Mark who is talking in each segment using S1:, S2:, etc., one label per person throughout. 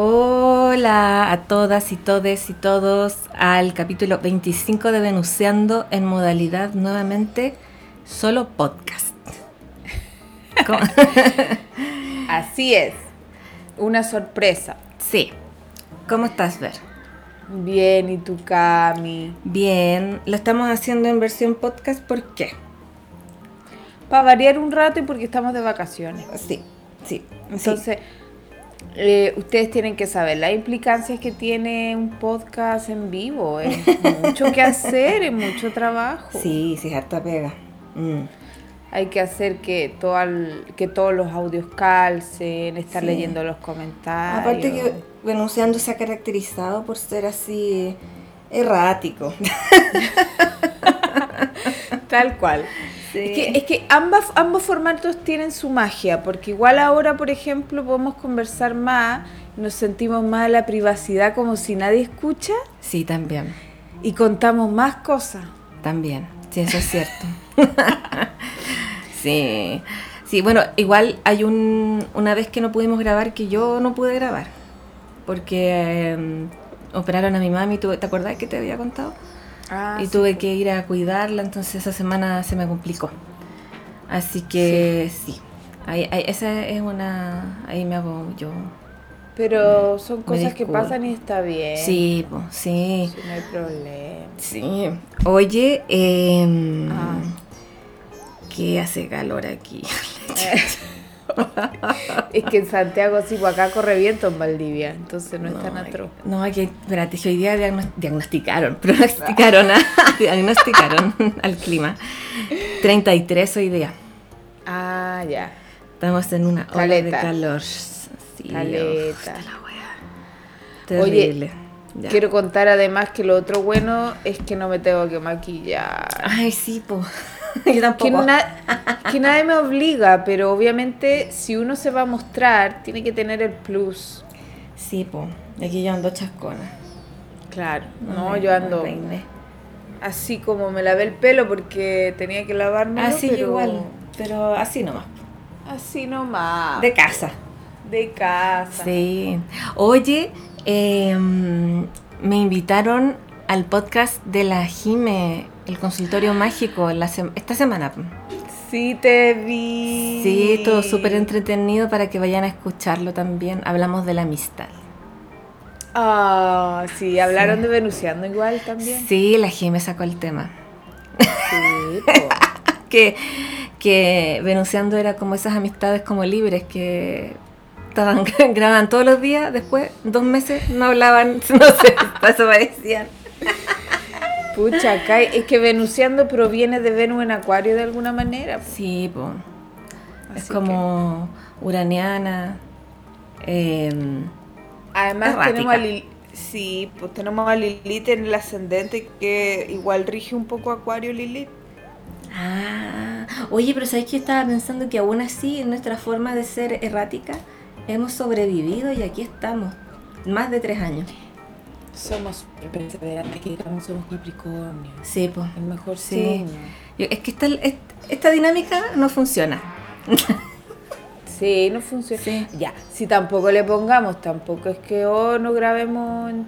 S1: Hola a todas y todes y todos al capítulo 25 de Venuseando en modalidad nuevamente solo podcast.
S2: ¿Cómo? Así es, una sorpresa.
S1: Sí. ¿Cómo estás, Ver?
S2: Bien, ¿y tú, Cami?
S1: Bien, lo estamos haciendo en versión podcast, ¿por qué?
S2: Para variar un rato y porque estamos de vacaciones.
S1: Sí, sí.
S2: Entonces... Eh, ustedes tienen que saber las implicancias que tiene un podcast en vivo. Es mucho que hacer, es mucho trabajo.
S1: Sí, sí, harta pega. Mm.
S2: Hay que hacer que, todo el, que todos los audios calcen, estar
S1: Sí.
S2: leyendo los comentarios.
S1: Aparte que Venuseando se ha caracterizado por ser así errático.
S2: Tal cual. Es que,
S1: Este eh,
S2: es que ambas, ambos formatos tienen su magia, porque igual ahora, por ejemplo, podemos conversar más, nos sentimos más a la privacidad como si nadie escucha
S1: Sí, también,
S2: y contamos más cosas.
S1: también. Sí, eso es cierto. sí. Sí, bueno, igual hay un, una vez que no pudimos grabar que yo no pude grabar. Porque eh, operaron a mi mami, tuve- ¿te acordás que te había contado?
S2: Ah,
S1: y tuve que ir a cuidarla, entonces esa semana se me complicó. Así que sí, Ahí, ahí- esa es una... Ahí me hago yo.
S2: Pero son cosas que
S1: disculpo.
S2: pasan y está bien.
S1: Sí, po, sí.
S2: Sí, No hay problema.
S1: Sí. Oye, em,
S2: Ah.
S1: que hace calor aquí.
S2: Es que en Santiago, sí, pues acá corre viento en Valdivia, entonces no, es tan
S1: aquí-
S2: atroz.
S1: No, aquí, espérate, que hoy día diagnos- diagnosticaron, pronosticaron, ah, diagnosticaron al clima. 33 hoy día.
S2: Ah, ya.
S1: Estamos en una ola de
S2: Caleta.
S1: calor. Sí,
S2: Caleta.
S1: uf, está la wea.
S2: Oye,
S1: Terrible. Ya.
S2: Quiero contar además que lo otro bueno es que no me tengo que maquillar.
S1: Ay, sí, po. Yo
S2: Que,
S1: tampoco.
S2: na- que nadie me obliga, pero obviamente si uno se va a mostrar, tiene que tener el plus.
S1: Sí, po. Aquí yo ando chascona.
S2: Claro, no,
S1: me-
S2: yo ando
S1: me peiné.
S2: así como me lavé el pelo porque tenía que lavarme.
S1: Así Ah, yo
S2: pero...
S1: igual, pero así nomás.
S2: Así nomás.
S1: De casa.
S2: de casa.
S1: Sí. Oye, eh, me invitaron al podcast de la Jime, el consultorio mágico, la sem- esta semana.
S2: Sí, te vi.
S1: Sí, todo súper entretenido para que vayan a escucharlo también. Hablamos de la amistad.
S2: Ah, sí, hablaron
S1: Sí.
S2: de Venusiando igual también.
S1: Sí, la Jime sacó el tema.
S2: Sí, po.
S1: Que, que Venuseando era como esas amistades como libres que estaban grababan todos los días, después dos meses no hablaban, no sé, desaparecían.
S2: Pucha, acá es que Venusiando proviene de Venus en Acuario de alguna manera. po.
S1: Sí, pues. es
S2: Así
S1: como uraniana. eh,
S2: que- además
S1: errática.
S2: tenemos a Lil- sí, pues tenemos a Lilith en el ascendente que igual rige un poco Acuario Lilith.
S1: Ah, oye, pero ¿sabes que estaba pensando? Que aún así, en nuestra forma de ser errática, hemos sobrevivido y aquí estamos. Más de tres años.
S2: Somos perseverantes, que digamos somos Capricornio.
S1: Sí, pues.
S2: El mejor
S1: Sí. Es que esta, est- esta dinámica no funciona.
S2: Sí, no funciona.
S1: Sí.
S2: Ya, si tampoco le pongamos, tampoco es que oh, no grabemos en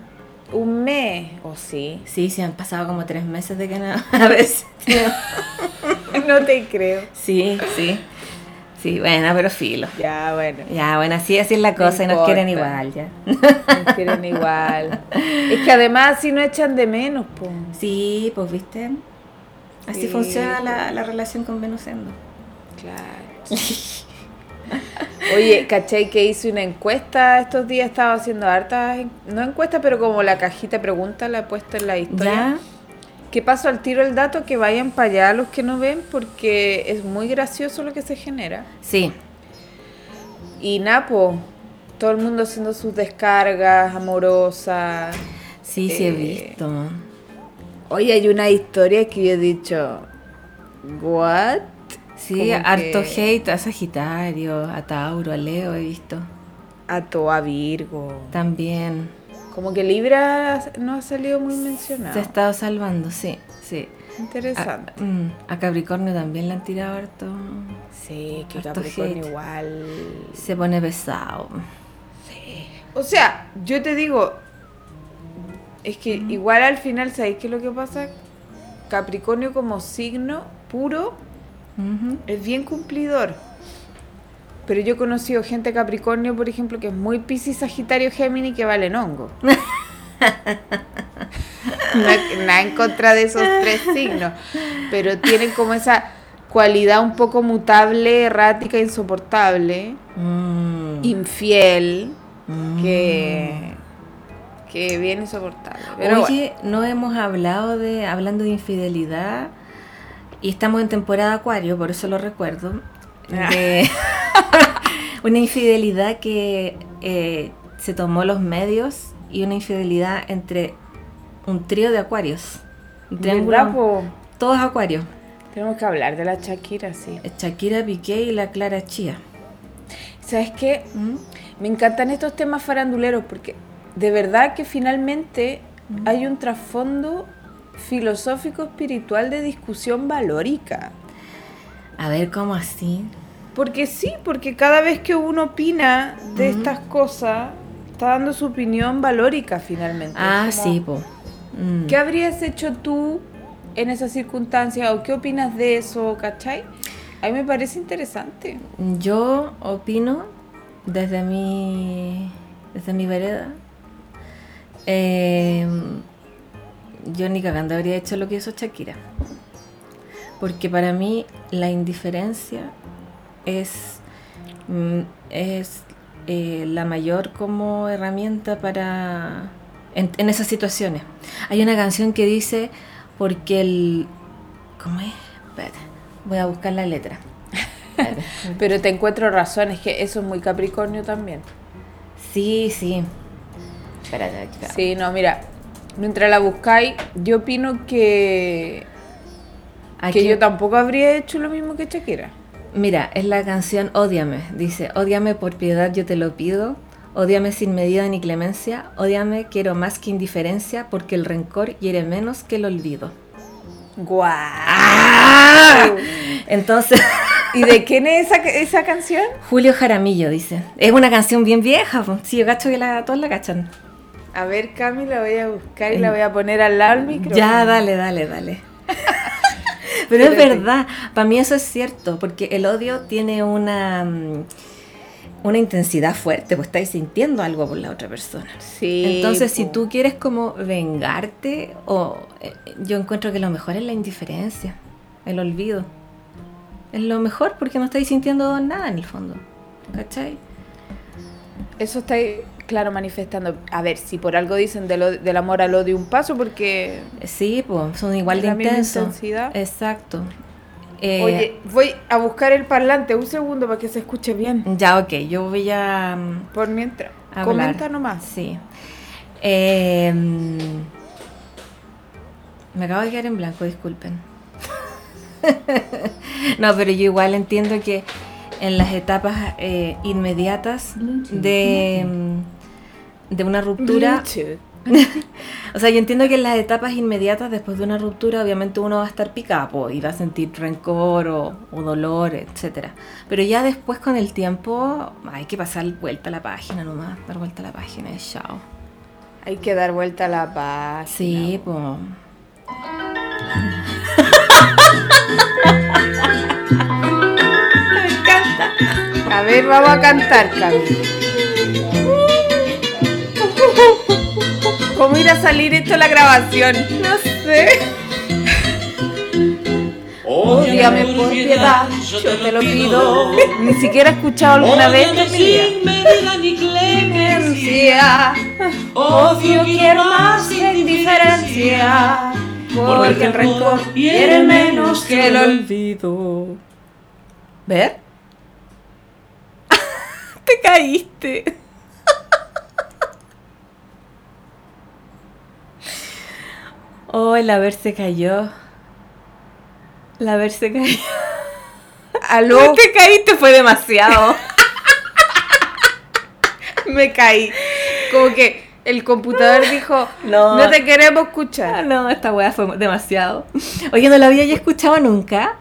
S2: un mes, o sí.
S1: Sí, sí, han pasado como tres meses de que no. A veces.
S2: no te creo.
S1: Sí, sí. Sí, bueno, pero filo.
S2: Ya, bueno,
S1: Ya, bueno, así, así es la
S2: No
S1: cosa y nos quieren
S2: importa.
S1: igual, ya.
S2: nos quieren igual. Es que además si no echan de menos, pues.
S1: Sí, pues viste. Así
S2: Sí,
S1: funciona
S2: pues.
S1: la, la relación con Venusendo.
S2: Claro. Oye, ¿cachai que hice una encuesta estos días? Estaba haciendo hartas, en- no encuestas, pero como la cajita de preguntas la he puesto en la historia. Que paso al tiro el dato que vayan para allá los que no ven porque es muy gracioso lo que se genera.
S1: Sí.
S2: Y Napo, Todo el mundo haciendo sus descargas amorosas.
S1: Sí, sí he visto.
S2: Hoy hay una historia que yo he dicho, ¿what?
S1: Sí, harto hate a Sagitario, a Tauro, a Leo he visto.
S2: A Toa Virgo.
S1: También.
S2: Como que Libra no ha salido muy mencionado.
S1: Se ha estado salvando, sí, sí.
S2: Interesante.
S1: A, mm, a Capricornio también le han tirado harto.
S2: Ah, Sí, que harto Capricornio hate. igual.
S1: Se pone pesado.
S2: Sí. O sea, yo te digo, es que mm. igual al final, ¿sabéis qué es lo que pasa? Capricornio como signo puro uh -huh. es bien cumplidor. Pero yo he conocido gente Capricornio, por ejemplo, que es muy Piscis, Sagitario, Géminis, que valen hongo. Nada en contra de esos tres signos. Pero tienen como esa cualidad un poco mutable, errática, insoportable, mm. infiel, mm. que que bien insoportable.
S1: Pero Oye, bueno. no hemos hablado de, hablando de infidelidad, y estamos en temporada Acuario, por eso lo recuerdo, de una infidelidad que eh, se tomó los medios y una infidelidad entre un trío de acuarios. Un triángulo. Todos acuarios.
S2: Tenemos que hablar de la Shakira, sí.
S1: Shakira Piqué y la Clara Chía.
S2: ¿Sabes qué? ¿Mm? Me encantan estos temas faranduleros porque de verdad que finalmente hay un trasfondo filosófico espiritual de discusión valórica.
S1: A ver, ¿cómo así?
S2: Porque sí, porque cada vez que uno opina de uh -huh. estas cosas, está dando su opinión valórica finalmente.
S1: Ah, como, sí, po.
S2: Mm. ¿Qué habrías hecho tú en esa circunstancia o qué opinas de eso, cachai? A mí me parece interesante.
S1: Yo opino desde mi, desde mi vereda eh, yo ni cagando habría hecho lo que hizo Shakira. Porque para mí la indiferencia es, mm, es eh, la mayor como herramienta para... En, en, esas situaciones. Hay una canción que dice, porque el... ¿Cómo es? Espérate, voy a buscar la letra.
S2: Pero te encuentro razones, que eso es muy Capricornio también.
S1: Sí, sí.
S2: Sí, no, mira, mientras la buscáis, yo opino que. Aquí, que yo tampoco habría hecho lo mismo que Shakira.
S1: Mira, es la canción Ódiame. Dice: Ódiame por piedad, yo te lo pido. Ódiame sin medida ni clemencia. Ódiame, quiero más que indiferencia, porque el rencor hiere menos que el olvido.
S2: ¡Guau! ¡Ah!
S1: Entonces.
S2: ¿Y de quién es esa, esa, canción?
S1: Julio Jaramillo, dice. Es una canción bien vieja, sí, yo cacho que la, todos la cachan.
S2: A ver, Cami, la voy a buscar y la voy a poner al lado del micrófono.
S1: Ya, dale, dale, dale. Pero, Pero es verdad, sí. para mí eso es cierto, porque el odio tiene una, mm, una intensidad fuerte, pues estáis sintiendo algo por la otra persona.
S2: Sí.
S1: Entonces, po. si tú quieres como vengarte, o eh, yo encuentro que lo mejor es la indiferencia, el olvido es lo mejor porque no estáis sintiendo nada en el fondo. ¿Cachai?
S2: Eso estáis, claro, manifestando. A ver, si por algo dicen del, del amor al odio un paso, porque.
S1: Sí, pues son igual de intensos. Exacto.
S2: Eh, Oye, voy a buscar el parlante, un segundo para que se escuche bien.
S1: Ya, ok, yo voy a. mm,
S2: Por mientras. Mm. Hablar. Comenta nomás.
S1: Sí. Eh, me acabo de quedar en blanco, disculpen no, pero yo igual entiendo que en las etapas eh, inmediatas de, em, de una ruptura... o sea, yo entiendo que en las etapas inmediatas después de una ruptura obviamente uno va a estar picapo y va a sentir rencor o, o dolor, etc. Pero ya después con el tiempo hay que pasar vuelta a la página nomás, dar vuelta a la página y chao.
S2: Hay que dar vuelta a la página.
S1: Sí, pues...
S2: Me encanta. A ver, vamos a cantar, Cami. ¿Cómo irá a salir esto la grabación?
S1: No sé.
S2: Odiame por piedad, yo te lo pido. Ni siquiera he escuchado alguna vez en mi vida. Odio quiero más indiferencia porque el rencor quiere menos que el olvido.
S1: ¿Ver? Te caíste. Oh, el haber se cayó. La haber se cayó.
S2: Aló.
S1: No te caíste, fue demasiado.
S2: Me caí. Como que el computador dijo,
S1: No.
S2: no, te queremos escuchar.
S1: no, esta weá fue demasiado. Oye, no la había yo escuchado nunca.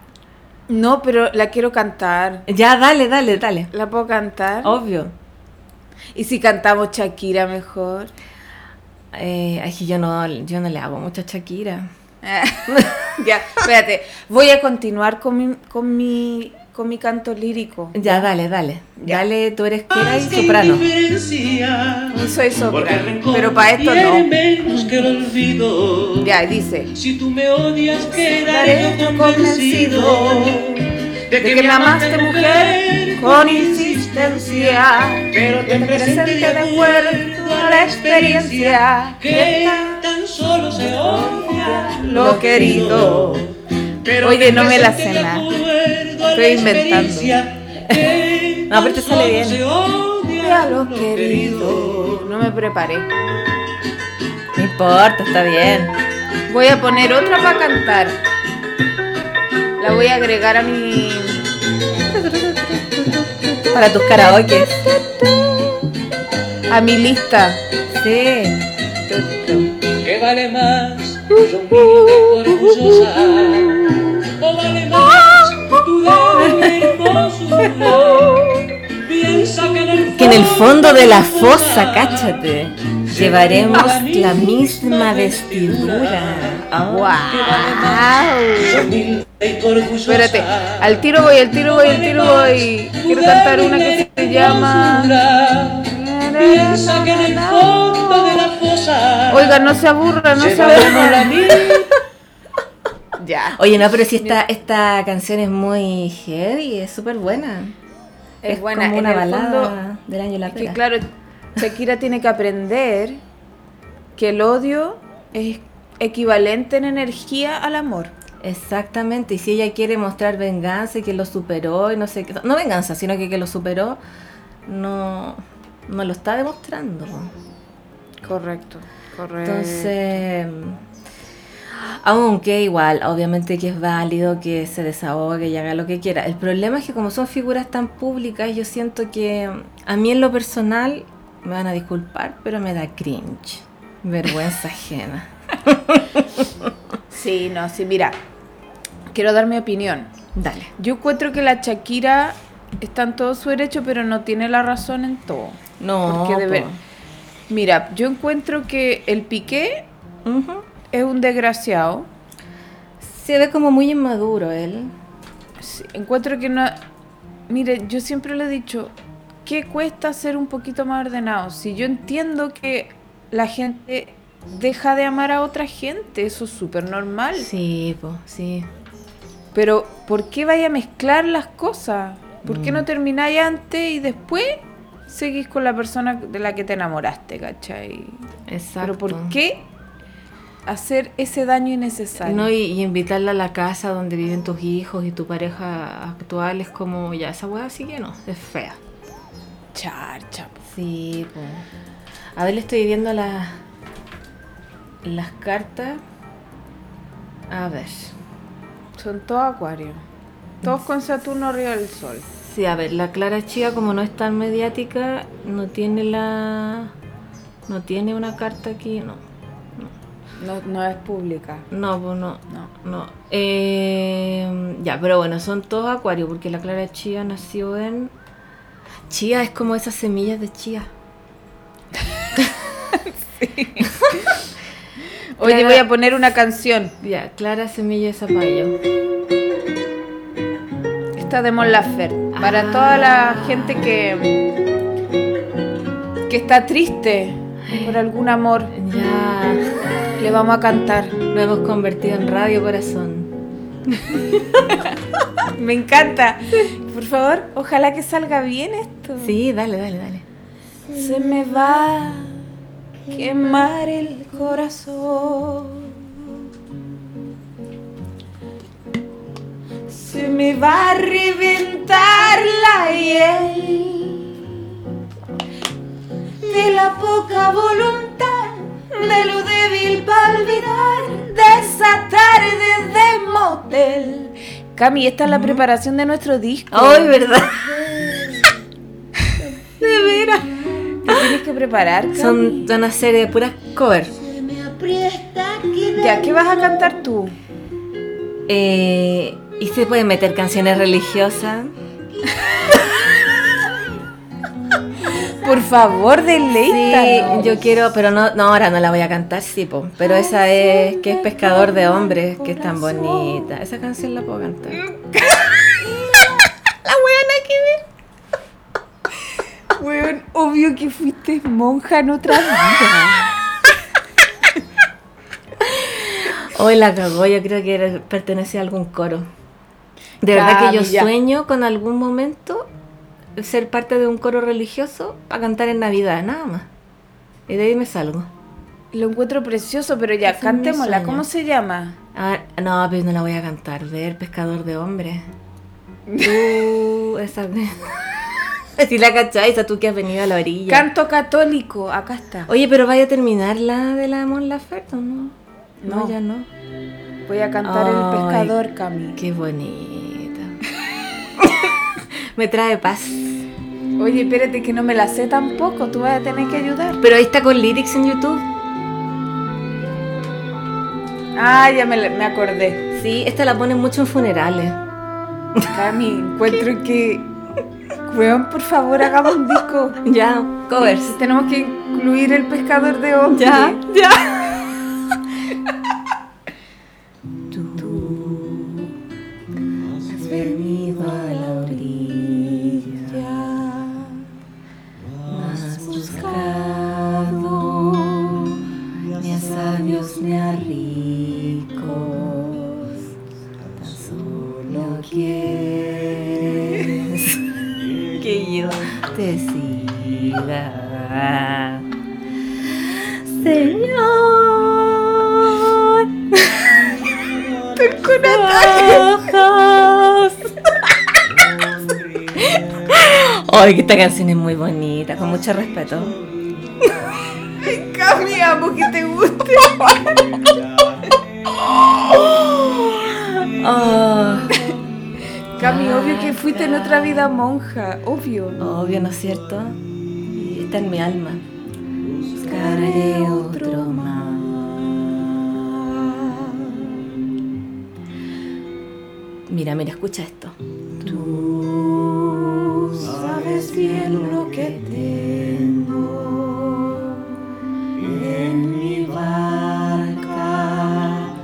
S2: No, pero la quiero cantar.
S1: Ya, dale, dale, dale.
S2: ¿La puedo cantar?
S1: Obvio.
S2: ¿Y si cantamos Shakira mejor?
S1: Eh, ay, yo no, yo no le hago mucho a Shakira.
S2: Eh, ya, espérate. Voy a continuar con mi, con mi, con mi canto lírico.
S1: Ya, dale, dale.
S2: Ya. Ah,
S1: Dale, tú eres que y soprano.
S2: Soy soprano, pero para esto no.
S3: menos que el olvido.
S2: Ya, dice.
S3: Si tú me odias,
S2: Estaré
S3: quedaré yo
S2: convencido
S3: convencido
S2: De que me amaste mujer con insistencia.
S3: Pero ten presente de acuerdo a la experiencia que tan solo se odia
S2: Lo querido.
S3: Pero
S2: Oye,
S3: ten
S2: no me la
S3: presente
S2: sé
S3: de
S2: nada.
S3: acuerdo a la
S2: Estoy inventando.
S3: experiencia que
S1: No, pero te
S3: tan
S1: sale
S3: solo
S1: bien.
S3: se odia
S2: Ya lo querido. No me preparé.
S1: No importa, está bien.
S2: Voy a poner otra para cantar. La voy a agregar a mi.
S1: Para tus karaoke.
S2: a mi lista.
S1: Sí.
S3: ¿Qué vale más? ¿Son orgullosa? ¿O vale más tu débil hermosura? Piensa que en el
S1: Que en el fondo de la fosa, cáchate, llevaremos la misma vestidura.
S2: Ah. ¡Wow! Espérate,
S3: Espérate,
S2: al tiro voy, al tiro voy, al tiro voy. Quiero cantar una que se llama.
S3: Piensa que en el fondo de la fosa.
S2: Oiga, no se aburra, no se
S3: llevaremos la
S2: aburra.
S3: misma
S2: Ya.
S1: Oye, no, pero si esta, esta canción es muy heavy, es súper buena.
S2: Es, buena.
S1: como
S2: en
S1: una
S2: el
S1: balada
S2: fondo,
S1: del año de la
S2: es que
S1: pera.
S2: claro, Shakira tiene que aprender que el odio es equivalente en energía al amor.
S1: Exactamente, y si ella quiere mostrar venganza y que lo superó y no sé qué, no venganza, sino que que lo superó, no, no lo está demostrando.
S2: Correcto, correcto.
S1: Entonces, aunque igual, obviamente que es válido que se desahogue y haga lo que quiera. El problema es que como son figuras tan públicas, yo siento que a mí en lo personal, me van a disculpar, pero me da cringe, vergüenza ajena.
S2: Sí, no, sí, mira. Quiero dar mi opinión.
S1: Dale.
S2: Yo encuentro que la Shakira está en todo su derecho, pero no tiene la razón en todo.
S1: No,
S2: Porque de ver-
S1: po.
S2: Mira, yo encuentro que el Piqué
S1: Ujú.
S2: es un desgraciado.
S1: Se ve como muy inmaduro él.
S2: Sí, Encuentro que no... Mire, yo siempre le he dicho, ¿qué cuesta ser un poquito más ordenado? Si yo entiendo que la gente deja de amar a otra gente, eso es súper normal.
S1: Sí, po, sí.
S2: Pero, ¿por qué vaya a mezclar las cosas? ¿Por qué
S1: Mm.
S2: no termináis antes y después seguís con la persona de la que te enamoraste, cachai?
S1: Exacto.
S2: Pero ¿por qué hacer ese daño innecesario?
S1: No, y, y invitarla a la casa donde viven tus hijos y tu pareja actual es como, ya, esa hueá sí que no, es fea.
S2: Charcha. po.
S1: Sí, pues. A ver, le estoy viendo las las cartas. A ver.
S2: Son todos acuarios.
S1: Mm.
S2: Todos con Saturno arriba del sol.
S1: Sí, a ver, la Clara Chica, como no es tan mediática, no tiene la. No tiene una carta aquí, no.
S2: No, no es pública.
S1: No, pues no.
S2: No.
S1: No. Eh, ya, pero bueno, son todos acuario, porque la clara chía nació en. Chía es como esas semillas de chía.
S2: Oye,
S1: Clara-
S2: voy a poner una canción.
S1: Ya, clara semilla de zapallo.
S2: Esta de Mon Laferte. Para
S1: Ah.
S2: toda la gente que. que está triste por algún amor.
S1: Ya.
S2: Le vamos a cantar.
S1: Lo hemos convertido en radio corazón.
S2: Me encanta. Por favor, ojalá que salga bien esto.
S1: Sí, dale, dale, dale.
S2: Se me va a quemar el corazón. Se me va a reventar la hiel de la poca voluntad, de lo débil para olvidar, de motel. Cami, esta es la preparación de nuestro disco.
S1: Ay, ¿verdad? de veras.
S2: Te tienes que preparar, Cami.
S1: Son, van a ser de puras covers.
S2: Ya, ¿qué vas a cantar tú?
S1: Eh, ¿Y se pueden meter canciones religiosas?
S2: Por favor,
S1: Sí,
S2: deleítanos.
S1: yo quiero, pero no, no, ahora no la voy a cantar, sí, po. Pero esa es que es pescador de hombres, que es tan bonita. Esa canción la puedo cantar.
S2: Weón, obvio que fuiste monja en otra vida.
S1: Hoy la cagó, yo creo que era- pertenece a algún coro. De verdad que yo
S2: Cami, ya.
S1: sueño con algún momento ser parte de un coro religioso para cantar en Navidad, nada más. Y de ahí me salgo.
S2: Lo encuentro precioso, pero ya,
S1: Ese es mi
S2: cantémosla.
S1: sueño.
S2: ¿Cómo se llama?
S1: Ah, no, pero no la voy a cantar. Ver pescador de hombre. Tú, esa. si la cacháis, a tú que has venido a la orilla.
S2: Canto católico, acá está.
S1: Oye, pero vaya a terminar la de la Mon Laferte, ¿o ¿no? No,
S2: No.
S1: ya no.
S2: Voy a cantar El
S1: Ay.
S2: Pescador, Cami.
S1: Qué bonita. me trae paz.
S2: Oye, espérate que no me la sé tampoco, tú vas a tener que ayudar.
S1: Pero ahí está con lyrics en YouTube.
S2: Ah, ya me, la- me acordé.
S1: Sí, esta la ponen mucho en funerales.
S2: Cami, encuentro que... Weón, por favor, hagamos un disco.
S1: Ya, covers.
S2: Tenemos que incluir El Pescador de Hombre.
S1: ya. Tú has venido a la orilla, has buscado ni a sabios ni a ricos, tan solo quieres que yo te siga. Señor, tengo una Ay, que esta canción es muy bonita, con mucho respeto.
S2: Cami, amo que te guste.
S1: Oh,
S2: Cami, obvio que fuiste en otra vida monja, obvio.
S1: obvio, ¿no es cierto? Y está en mi alma. Buscaré otro mar. Mira, mira, escucha esto. Tú sabes bien lo que tengo en mi barca.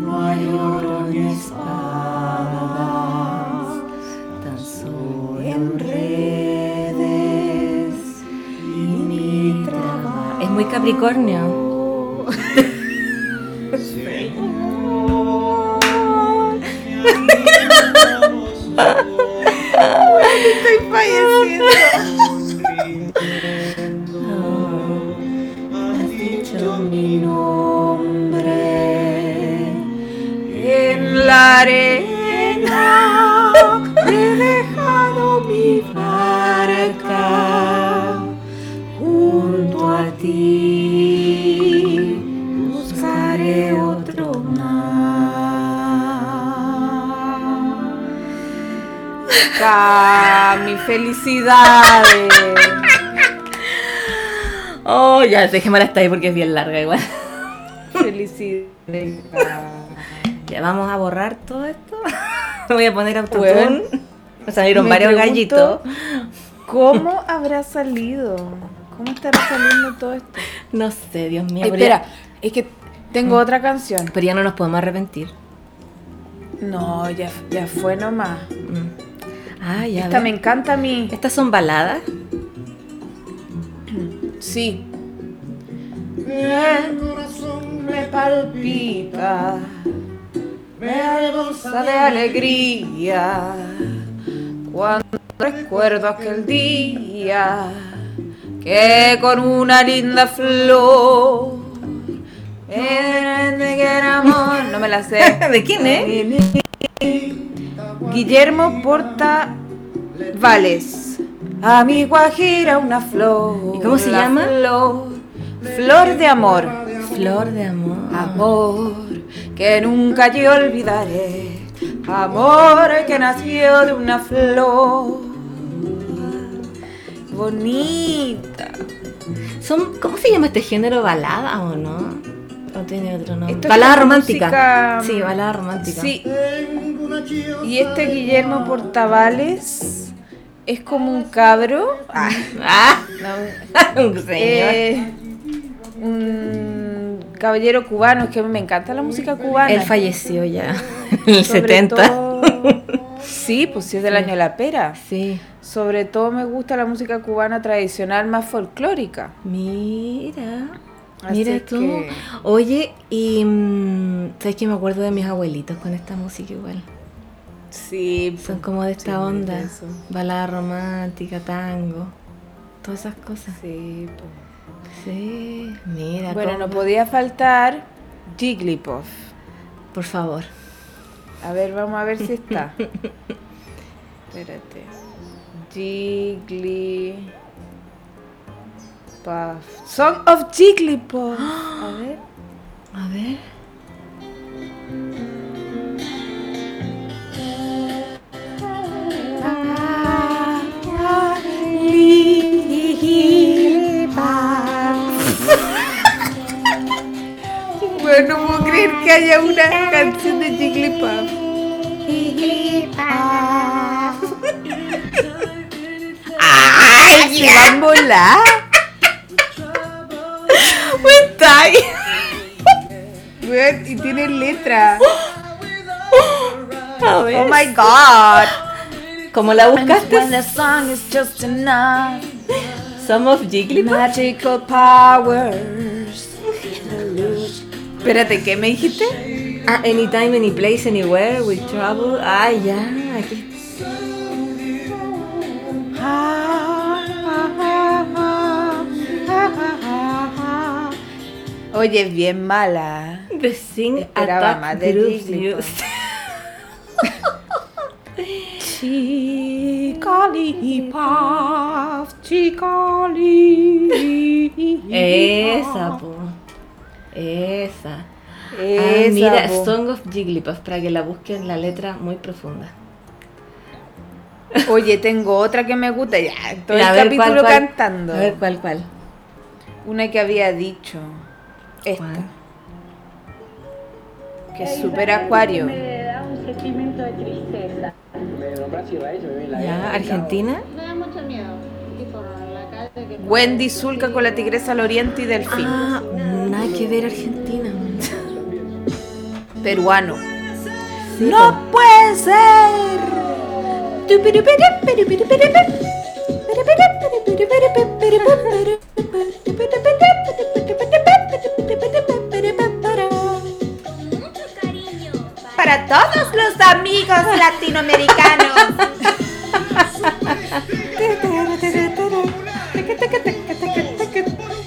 S1: No hay oro ni espadas, tan solo en redes y mi trabajo. Es muy Capricornio.
S2: Estoy falleciendo.
S1: Has dicho mi nombre en la arena. He dejado mi barca junto a ti. Buscaré otro mar.
S2: Cami, felicidades.
S1: Oh, ya, dejémosla hasta ahí porque es bien larga igual.
S2: Felicidades.
S1: Ya vamos a borrar todo esto. Voy a poner
S2: Bueno.
S1: autotune. Me salieron
S2: Me
S1: varios
S2: pregunto-
S1: gallitos.
S2: ¿Cómo habrá salido? ¿Cómo estará saliendo todo esto?
S1: No sé, Dios mío.
S2: Ay,
S1: pero ya-
S2: espera, es que tengo otra canción.
S1: Pero ya no nos podemos arrepentir.
S2: No, ya, ya fue nomás.
S1: Mm. Ah, ya.
S2: Esta
S1: ve.
S2: me encanta a mí.
S1: Estas son baladas.
S2: Sí. El corazón me palpita, me avergonza de alegría. Cuando recuerdo aquel día que con una linda flor me entregué el amor. No me la sé.
S1: ¿De quién eh? es?
S2: Guillermo Porta Vales. A mi guajira una flor.
S1: ¿Y cómo se
S2: la
S1: llama?
S2: Flor, flor de amor.
S1: Flor de amor.
S2: Amor que nunca yo olvidaré. Amor que nació de una flor bonita.
S1: Son, ¿Cómo se llama este género? ¿Balada o no? No tiene otro nombre. Esto balada romántica. Música... Sí, balada romántica.
S2: mm, Sí. Y este Guillermo Portavales es como un cabro. Ah, ah, no, un señor. Eh, un caballero cubano, es que a mí me encanta la música cubana.
S1: Él falleció ya en el Sobre 70. Todo...
S2: sí, pues sí es del sí. año de la pera.
S1: Sí.
S2: Sobre todo me gusta la música cubana tradicional más folclórica.
S1: Mira. Así mira tú. Que... Oye, y mm, sabes que me acuerdo de mis abuelitos con esta música igual.
S2: Sí,
S1: son como de esta sí, pues. onda, eso. balada romántica, tango, todas esas cosas.
S2: Sí, pues.
S1: Sí, mira.
S2: Bueno, cómo... no podía faltar Jigglypuff.
S1: Por favor.
S2: A ver, vamos a ver si está. Espérate. Jigglypuff. Song of Jigglypuff. A ver.
S1: A ver.
S2: Bueno, no puedo creer que haya una canción de Jigglypuff.
S1: ¡Ay, se va a volar!
S2: Bueno, y tiene letra.
S1: A ver.
S2: Oh my god.
S1: ¿Cómo la buscaste?
S2: the song is just enough.
S1: Some of Jigglypuff.
S2: Magical powers. Espérate, ¿qué me dijiste?
S1: Ah, anytime, any place, anywhere, with trouble. Ah, ya, yeah, aquí.
S2: Oye, es bien mala.
S1: The Sing Esperaba Attack más de Groups
S2: Chicalipuff, Chicalipuff.
S1: Esa, po. Esa. Esa ah, mira, po. Song of Jigglypuff, para que la busquen la letra muy profunda.
S2: Oye, tengo otra que me gusta ya. Todo el ver, capítulo cuál, cuál. cantando.
S1: A ver, ¿cuál, cuál?
S2: Una que había dicho. Esta. Wow. Que es super acuario.
S4: Me da un sentimiento de tristeza.
S1: ¿Ya? ¿Argentina?
S4: Me da mucho miedo. Tipo, la calle que...
S2: Wendy Zulka con la tigresa al oriente y delfín.
S1: Ah, nada que ver Argentina.
S2: Peruano. Sí, ¡No
S1: pues.
S2: pero... puede ser!
S5: Para todos los amigos latinoamericanos.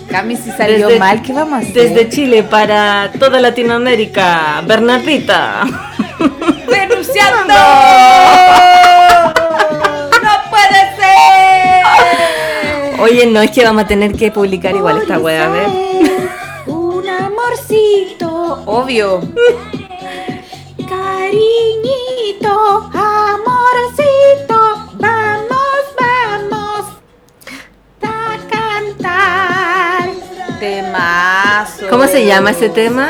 S2: Cami, si salió
S1: desde,
S2: mal, ¿qué vamos a hacer?
S1: Desde Chile para toda Latinoamérica, Bernardita.
S5: ¡Denunciando! ¡No puede ser!
S1: Oye, no, es que vamos a tener que publicar igual esta wea, a ver.
S5: Un amorcito,
S2: obvio.
S5: Cariñito, amorcito, vamos, vamos a cantar.
S2: Temazo.
S1: ¿Cómo se llama ese tema?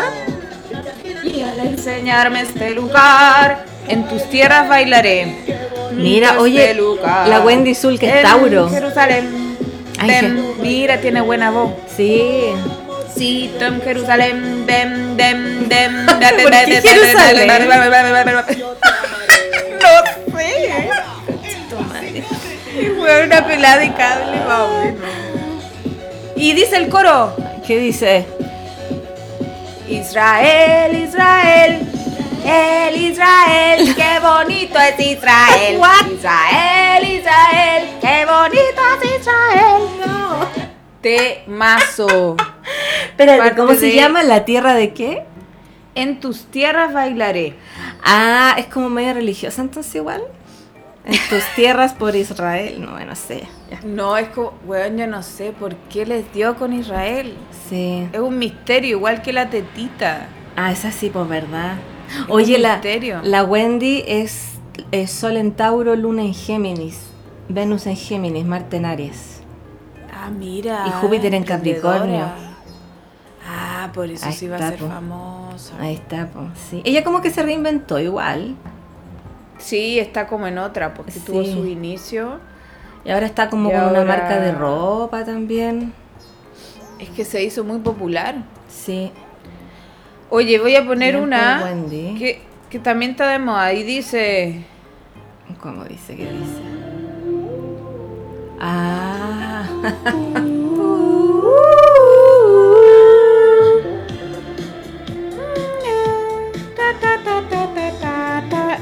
S2: Y al enseñarme este lugar, en tus tierras bailaré.
S1: Mira, oye, este lugar, la Wendy Zul que es Tauro.
S2: Jerusalén. Ten, mira, tiene buena voz.
S1: Sí.
S2: Sí, en Jerusalén, dem, dem, dem,
S1: ¿Por qué Jerusalén?
S2: No sé. Fue una pelada de cable, vamos. Y dice el coro.
S1: ¿Qué dice?
S5: Israel, Israel, el Israel, qué bonito es Israel. Israel, Israel, qué bonito es Israel. No.
S2: Temazo.
S1: Espérate, ¿cómo se llama? ¿La tierra de qué?
S2: En tus tierras bailaré.
S1: Ah, es como medio religiosa entonces igual. En tus tierras por Israel, no, no sé.
S2: Ya. No, es como, weón, yo no sé por qué les dio con Israel.
S1: Sí.
S2: Es un misterio, igual que la tetita.
S1: Ah, esa sí, pues verdad. Oye, la,
S2: misterio.
S1: la Wendy es, es Sol en Tauro, Luna en Géminis, Venus en Géminis, Marte en Aries.
S2: Ah, mira.
S1: Y Júpiter en
S2: emprendedora.
S1: Capricornio.
S2: Ah, por eso
S1: Ahí
S2: sí va a
S1: está,
S2: ser
S1: po.
S2: famosa.
S1: Ahí está, pues sí. Ella como que se reinventó igual.
S2: Sí, está como en otra, porque
S1: Sí.
S2: tuvo su inicio.
S1: Y ahora está como
S2: Y
S1: con una
S2: ahora-
S1: marca de ropa también.
S2: Es que se hizo muy popular.
S1: Sí.
S2: Oye, voy a poner
S1: Bien
S2: una
S1: por Wendy.
S2: que, que también está de moda y dice...
S1: ¿Cómo dice? ¿Qué dice? Ah.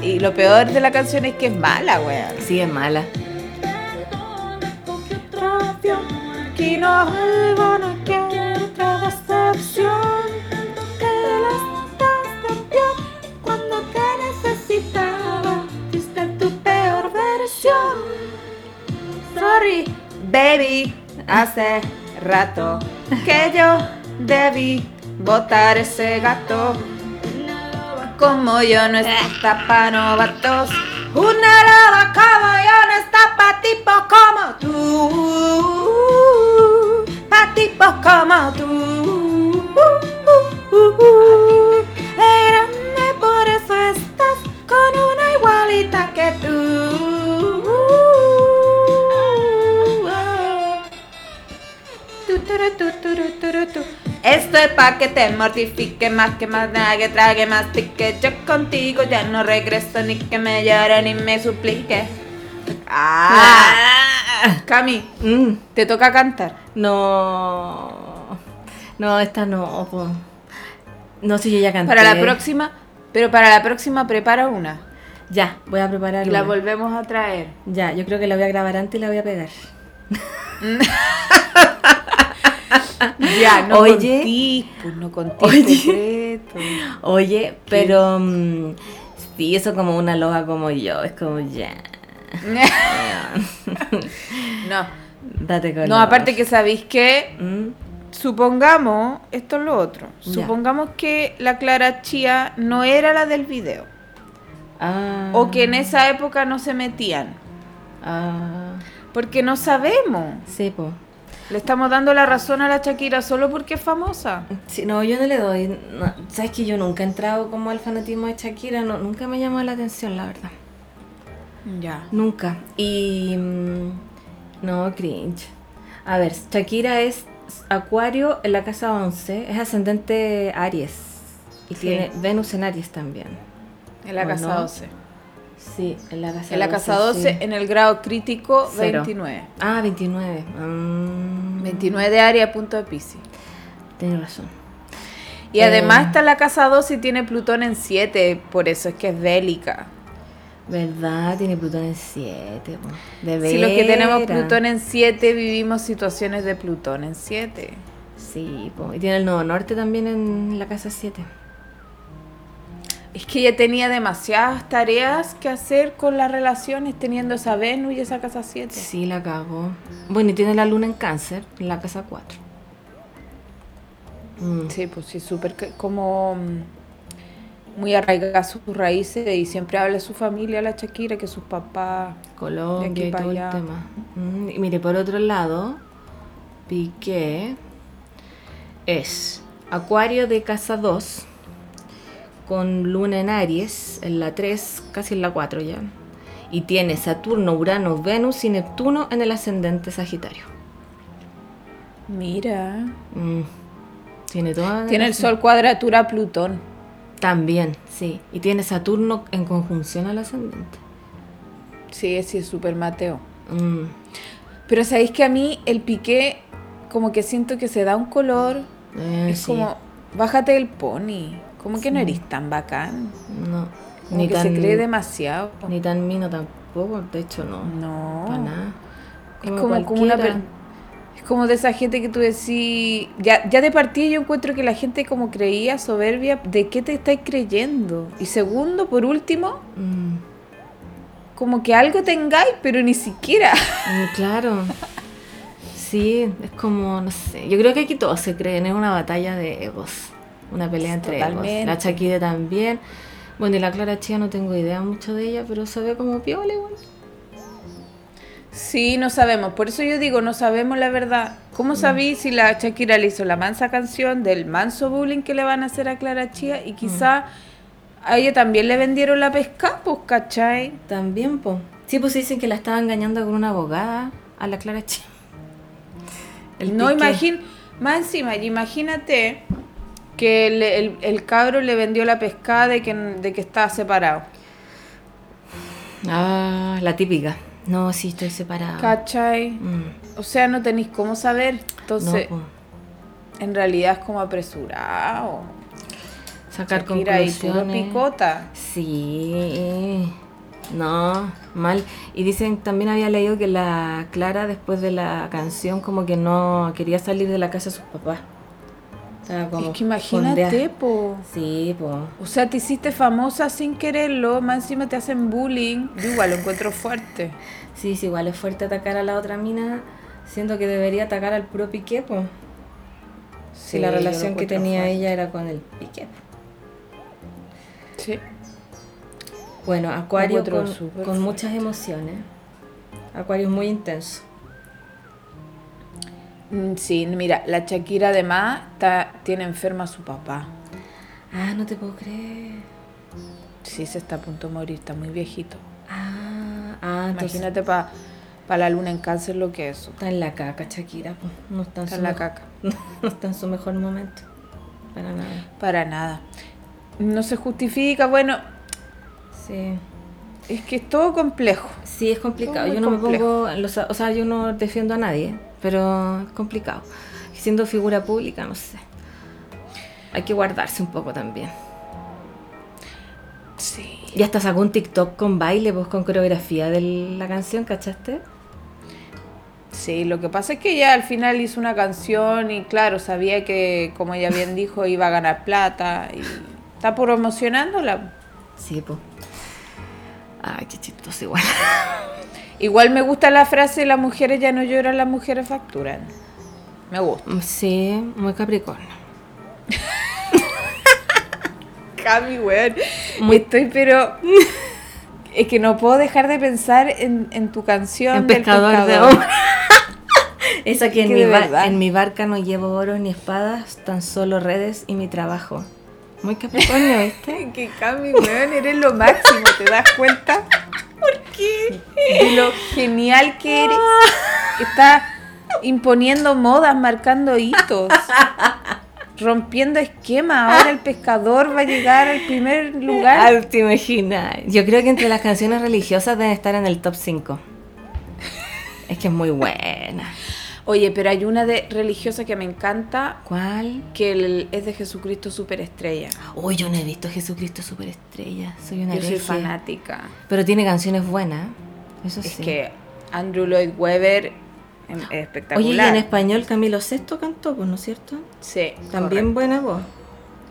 S2: Y lo peor de la canción es que es mala, weón.
S1: sí, es mala.
S2: Aquí no vuelvo, no quiero otra decepción. Te cuando te necesitaba. Fuiste tu peor versión. Sorry, baby, hace rato que yo debí botar ese gato. Como yo no está pa' novatos, una loba como yo no está pa' tipos como tú, pa' tipos como tú. Grande, por eso estás con una igualita que tú. Tu, turu, tu, turu, turu, tu. Esto es pa' que te mortifique más que más nada que trague más que yo contigo ya no regreso ni que me llore ni me suplique. Ah, Cami,
S1: Mm,
S2: te toca cantar.
S1: no. No, esta no. po. No sé, yo ya canté.
S2: Para la próxima, pero para la próxima prepara una.
S1: Ya, voy a preparar
S2: Y la
S1: una.
S2: volvemos a traer.
S1: Ya, yo creo que la voy a grabar antes y la voy a pegar.
S2: Ya, no
S1: Oye.
S2: contigo, no contigo,
S1: Oye.
S2: secreto.
S1: Oye, pero. mm, sí, eso como una loba como yo. Es como ya.
S2: No,
S1: Date con Mm,
S2: no, aparte que sabéis que supongamos, esto es lo otro,
S1: Ya.
S2: supongamos que la Clara Chía no era la del video. O que en esa época no se metían.
S1: Ah,
S2: Porque no sabemos.
S1: sí, po.
S2: Le estamos dando la razón a la Shakira solo porque es famosa.
S1: Sí, no, yo no le doy. no, Sabes que yo nunca he entrado como al fanatismo de Shakira, no, nunca me llamó la atención, la verdad.
S2: Ya.
S1: Nunca. Y. mm, No, cringe. A ver, Shakira es Acuario en la casa 11, es ascendente Aries. Y
S2: Sí.
S1: tiene Venus en Aries también.
S2: En la
S1: ¿O
S2: casa
S1: no?
S2: 12.
S1: Sí, en la casa
S2: En la casa 12,
S1: sí.
S2: en el grado crítico
S1: Cero.
S2: 29.
S1: Ah, 29. Mm,
S2: 29 de área, punto de Piscis.
S1: Tienes razón.
S2: Y
S1: Eh.
S2: además está la casa 12 y tiene Plutón en 7. Por eso es que es bélica.
S1: ¿Verdad? Tiene Plutón en 7. po. De
S2: Si los que tenemos
S1: veras.
S2: Plutón en 7 vivimos situaciones de Plutón en 7.
S1: Sí, po. y tiene el Nodo Norte también en la casa 7.
S2: Es que ella tenía demasiadas tareas que hacer con las relaciones teniendo esa Venus y esa casa 7.
S1: Sí, la cagó. Bueno, y tiene la luna en cáncer, en la casa 4.
S2: Sí, pues sí, súper que- como mm, muy arraigada a sus raíces y siempre habla de su familia, la Shakira, que sus papás. De
S1: Colombia
S2: aquí
S1: y
S2: para
S1: todo
S2: allá.
S1: el tema. Mm, y mire, por otro lado, Piqué es Acuario de casa 2, con luna en Aries, en la 3, casi en la 4 ya. Y tiene Saturno, Urano, Venus y Neptuno en el ascendente Sagitario.
S2: Mira.
S1: Mm, Tiene toda
S2: Tiene el sol cuadratura a Plutón.
S1: También, sí. Y tiene Saturno en conjunción al ascendente.
S2: Sí, sí, es súper Mateo.
S1: Mm,
S2: Pero sabéis que a mí el piqué, como que siento que se da un color.
S1: eh,
S2: Es
S1: sí.
S2: como, bájate el pony. Como que no eres tan bacán.
S1: No.
S2: Como
S1: Ni
S2: que
S1: tan,
S2: se cree demasiado.
S1: ni tan mino tampoco, de hecho no.
S2: No.
S1: Para nada.
S2: Es como, como una per-
S1: cualquiera.
S2: es como de esa gente que tú decís, ya, ya de partida yo encuentro que la gente como creía soberbia, ¿de qué te estáis creyendo? Y segundo, por último,
S1: Mm,
S2: como que algo tengáis, pero ni siquiera.
S1: mm, claro. Sí, es como, no sé. Yo creo que aquí todos se creen, es una batalla de egos. una pelea entre ellos.
S2: Totalmente.
S1: La Shakira también. Bueno, y la Clara Chía no tengo idea mucho de ella, pero se ve como piola igual.
S2: Sí, no sabemos. Por eso yo digo, no sabemos la verdad. ¿Cómo sabí si la Shakira le hizo la mansa canción del manso bullying que le van a hacer a Clara Chía? Y quizá a ella también le vendieron la pesca, pues, ¿cachai?
S1: También, po. Sí, pues dicen que la estaba engañando con una abogada a la Clara Chía. El
S2: no
S1: Piqué.
S2: imagín más encima, imagínate que el, el- el cabro le vendió la pescada de que, de que estaba separado.
S1: Ah, la típica. No, sí, estoy separada.
S2: ¿Cachai?
S1: Ah. Mm,
S2: O sea, no tenéis cómo saber.
S1: no,
S2: Entonces,
S1: po.
S2: en realidad es como apresurado.
S1: Sacar
S2: Mira, y puro
S1: conclusiones.
S2: picota.
S1: Sí, no, mal. Y dicen, también había leído que la Clara después de la canción como que no quería salir de la casa de sus papás. Estaba como
S2: Es que imagínate,
S1: fondeada.
S2: po.
S1: Sí, po.
S2: O sea, te hiciste famosa sin quererlo, más encima te hacen bullying. Yo igual lo encuentro fuerte.
S1: Sí, sí, igual es fuerte atacar a la otra mina, siento que debería atacar al puro Piqué, po. Si la
S2: yo lo
S1: relación que
S2: encuentro
S1: tenía
S2: fuerte.
S1: ella era con el Piqué.
S2: Sí.
S1: Bueno, Acuario
S2: encuentro
S1: con,
S2: súper
S1: con muchas emociones. Acuario es muy intenso.
S2: Mm, Sí, mira, la Shakira además está, tiene enferma a su papá.
S1: Ah, no te puedo creer.
S2: Sí, se está a punto de morir, está muy viejito.
S1: Ah, ah, entonces
S2: Imagínate para la luna en cáncer lo que es eso.
S1: Está en la caca, Shakira. po. No está en,
S2: Está
S1: su
S2: en la
S1: mejor-
S2: caca.
S1: no está en su mejor momento. Para nada.
S2: Para nada. No se justifica, bueno,
S1: Sí.
S2: es que es todo complejo.
S1: Sí, es complicado.
S2: Todo
S1: Yo
S2: muy
S1: no me
S2: complejo.
S1: pongo. en los- o sea, yo no defiendo a nadie, pero es complicado. Siendo figura pública, no sé. Hay que guardarse un poco también.
S2: Sí.
S1: Y hasta sacó un TikTok con baile, pues con coreografía de la canción, ¿cachaste?
S2: Sí, lo que pasa es que ella al final hizo una canción y claro, sabía que, como ella bien dijo, iba a ganar plata y está promocionándola.
S1: Sí, pues. Ay, qué chistoso igual.
S2: Igual me gusta la frase, las mujeres ya no lloran, las mujeres facturan. Me gusta.
S1: Sí, muy capricornio.
S2: Cami, weón.
S1: Muy-
S2: Estoy, pero... Es que no puedo dejar de pensar en, en tu canción
S1: En
S2: del
S1: pescador de
S2: pescador.
S1: oro. Esa que, en,
S2: Que
S1: mi
S2: de
S1: ba-
S2: verdad.
S1: en mi barca no llevo oros ni espadas, tan solo redes y mi trabajo. Muy capricornio, ¿viste?
S2: Que Cami, weón, eres lo máximo, ¿te das cuenta? ¿Por qué? De lo genial que eres.
S1: Ah.
S2: Que estás imponiendo modas, marcando hitos, rompiendo esquemas. Ahora el pescador va a llegar al primer lugar.
S1: Ay, Ah, te imaginas. Yo creo que entre las canciones religiosas deben estar en el top 5. Es que es muy buena.
S2: Oye, pero hay una de religiosa que me encanta,
S1: ¿Cuál?
S2: que el- es de Jesucristo Superestrella.
S1: Uy, yo no he visto Jesucristo Superestrella. Soy una
S2: Yo soy
S1: hereje.
S2: fanática.
S1: Pero tiene canciones buenas. Eso
S2: Es
S1: sí.
S2: que Andrew Lloyd Webber em, es espectacular.
S1: Oye, y en español Camilo VI cantó, pues, ¿no es cierto?
S2: Sí, correcto.
S1: También buena voz.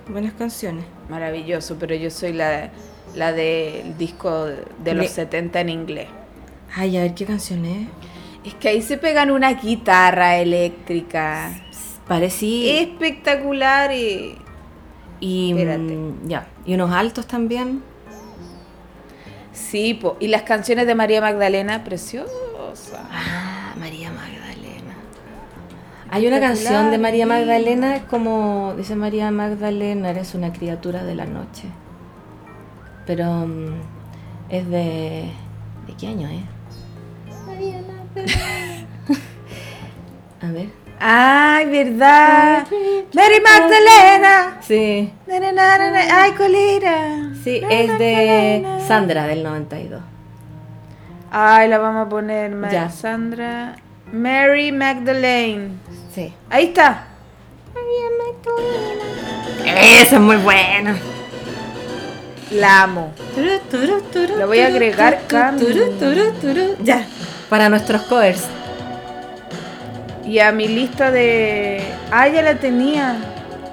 S1: Buenas canciones.
S2: Maravilloso, pero yo soy la, la del disco de los
S1: De-
S2: 70 en inglés.
S1: Ay, a ver qué canción es.
S2: Es que ahí se pegan una guitarra eléctrica. Eh,
S1: Parecí.
S2: Espectacular y...
S1: Y,
S2: espérate.
S1: mm, ya. y unos altos también.
S2: Sí, po, y las canciones de María Magdalena, preciosa.
S1: Ah, María Magdalena. Hay una
S2: Espectacular,
S1: canción de María
S2: divina.
S1: Magdalena, es como dice María Magdalena, eres una criatura de la noche. Pero mm, es de... ¿De qué año es? A ver.
S2: Ay, verdad. Mary Magdalena.
S1: Sí,
S2: Na, na, na, na, na. Ay, colera.
S1: sí, es de Sandra del 92.
S2: Ay, la vamos a poner, Ma-
S1: Ya.
S2: Sandra. Mary Magdalene.
S1: Sí.
S2: Ahí está.
S1: Esa es muy buena.
S2: La amo.
S1: Turu, turu, turu,
S2: La voy a
S1: turu,
S2: agregar,
S1: turu,
S2: Cami.
S1: turu, turu, turu. Ya, para nuestros covers.
S2: Y a mi lista de. Ah, ya la tenía.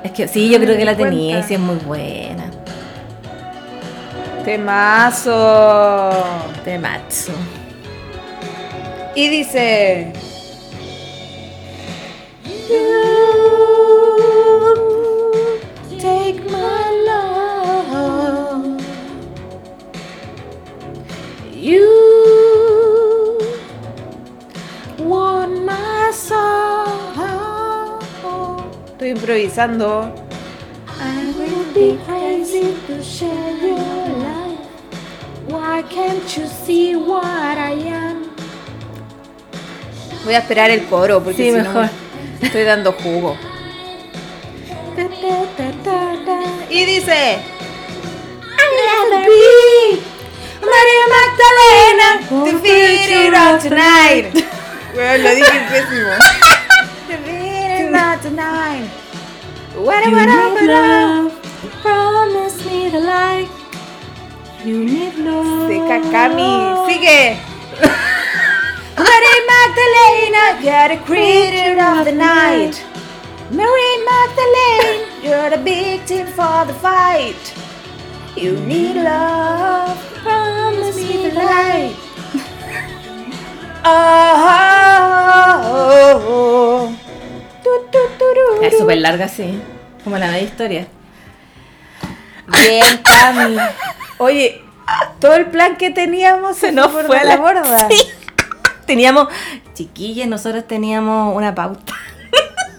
S1: Es que sí, yo creo que la
S2: Cuenta.
S1: tenía y sí es muy buena.
S2: Temazo.
S1: Te macho.
S2: Y dice. improvisando.
S5: I would be crazy to share your life. Why can't you see what I am?
S2: Voy a esperar el coro porque
S1: Sí,
S2: si no
S1: mejor.
S2: me- estoy dando jugo.
S5: Da, da, da, da, da.
S2: Y dice,
S5: I'll never be María Magdalena
S2: To
S5: to
S2: feed
S5: feed
S2: it
S5: it
S2: all
S5: on
S2: tonight.
S5: tonight.
S2: Weón, lo dije pésimo.
S5: To feed it on tonight. What
S1: You
S5: what
S1: need love,
S5: Promise me the light.
S1: you need love.
S2: Seca Cami. Sigue.
S5: Maria Magdalena, you're the creator of the night. Mary Magdalene, you're the victim for the fight. You need love, promise me the light. Oh, Tu, tu, tu, tu,
S1: Es
S5: tu.
S1: súper larga, sí. Como la media historia.
S2: Bien, Cami. Oye, todo el plan que teníamos se,
S1: nos fue a
S2: por
S1: la-
S2: borda.
S1: Teníamos, chiquillas, nosotros teníamos una pauta.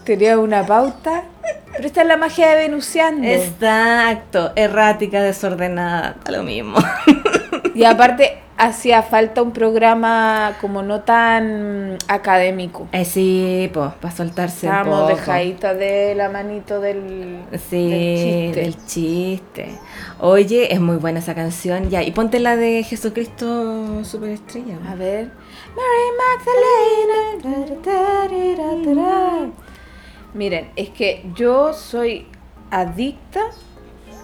S2: Tenía una pauta. Pero esta es la magia de Venusiando.
S1: Exacto, errática, desordenada, da lo mismo.
S2: Y aparte, hacía falta un programa como no tan académico.
S1: Eh, sí, pues, para soltarse un
S2: Estábamos
S1: poco.
S2: dejaditas de la manito del,
S1: Sí,
S2: del chiste.
S1: del chiste. Oye, es muy buena esa canción. Ya, y ponte la de Jesucristo Superestrella.
S2: A ver. Mary Magdalena. ta, ta, ra, ta, ra. Miren, es que yo soy adicta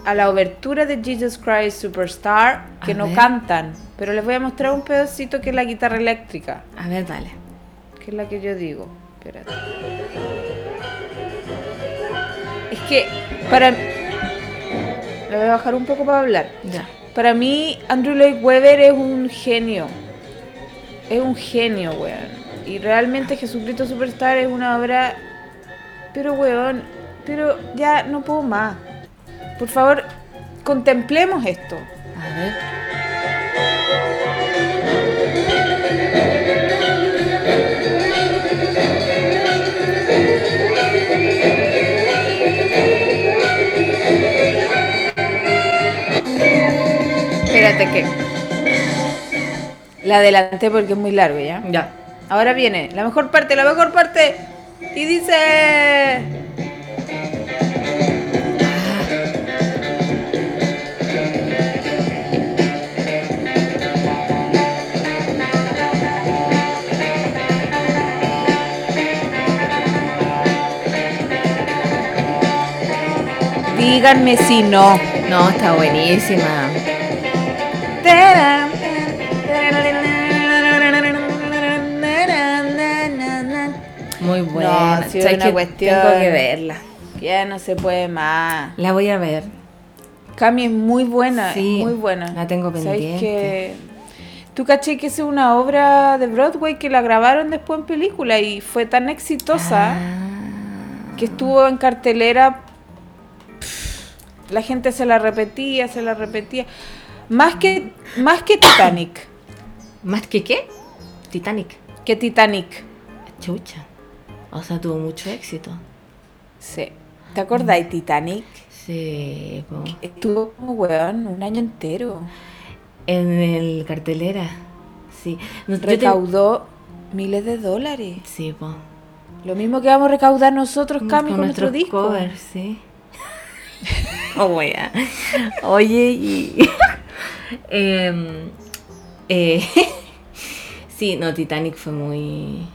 S2: a la obertura de Jesus Christ Superstar que
S1: A
S2: no
S1: ver.
S2: cantan. Pero les voy a mostrar un pedacito que es la guitarra eléctrica,
S1: A ver, dale.
S2: que es la que yo digo. Espérate. Es que para... La voy a bajar un poco para hablar.
S1: Ya.
S2: Para mí, Andrew Lloyd Webber es un genio. Es un genio, weón. Y realmente Jesucristo Superstar es una obra. Pero, weón, pero ya no puedo más. Por favor, contemplemos esto.
S1: A ver.
S2: Espérate que. La adelanté porque es muy largo ya.
S1: Ya.
S2: Ahora viene la mejor parte, la mejor parte. Y dice. Díganme si no.
S1: No, está buenísima. Muy buena.
S2: sí,
S1: ¿Sabes
S2: una
S1: qué?
S2: cuestión.
S1: Tengo que verla.
S2: Ya no se puede más.
S1: La voy a ver.
S2: Cami es muy buena,
S1: Sí,
S2: es muy buena.
S1: la tengo
S2: ¿Sabes
S1: pendiente.
S2: que tú caché que es una obra de Broadway que la grabaron después en película y fue tan exitosa
S1: Ah.
S2: que estuvo en cartelera. pff, La gente se la repetía, se la repetía. Más que, más que Titanic.
S1: ¿Más que qué? Titanic.
S2: Que Titanic.
S1: Chucha. O sea, tuvo mucho éxito.
S2: Sí. ¿Te acordáis Titanic?
S1: Sí, po.
S2: Estuvo como weón un año entero.
S1: En el cartelera. Sí. No, yo te-
S2: Recaudó miles de dólares.
S1: Sí, po.
S2: Lo mismo que vamos a recaudar nosotros, Cami, con,
S1: nuestros
S2: nuestro disco.
S1: covers, sí. oh, wea. Oye, y. Em, eh, sí, no, Titanic fue muy.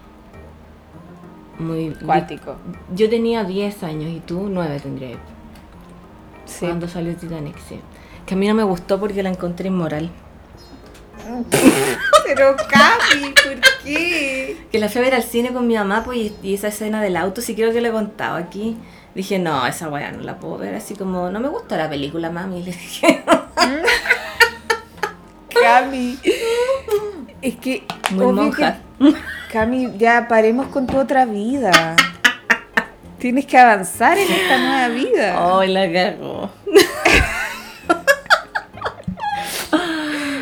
S1: Muy.
S2: Cuático.
S1: Yo tenía 10 años y tú 9 tendrías.
S2: Sí.
S1: Cuando salió Titanic, sí. Que a mí no me gustó porque la encontré inmoral.
S2: Pero Cami, ¿por qué?
S1: Que la fui a ver al cine con mi mamá pues, y, y esa escena del auto, sí creo que le he contado aquí. Dije, no, esa weá no la puedo ver. Así como, no me gusta la película, mami. Le dije,
S2: Cami. Es que.
S1: muy
S2: obvio
S1: monja.
S2: que- Cami, ya paremos con tu otra vida. Tienes que avanzar en esta nueva vida.
S1: Ay, la cagó.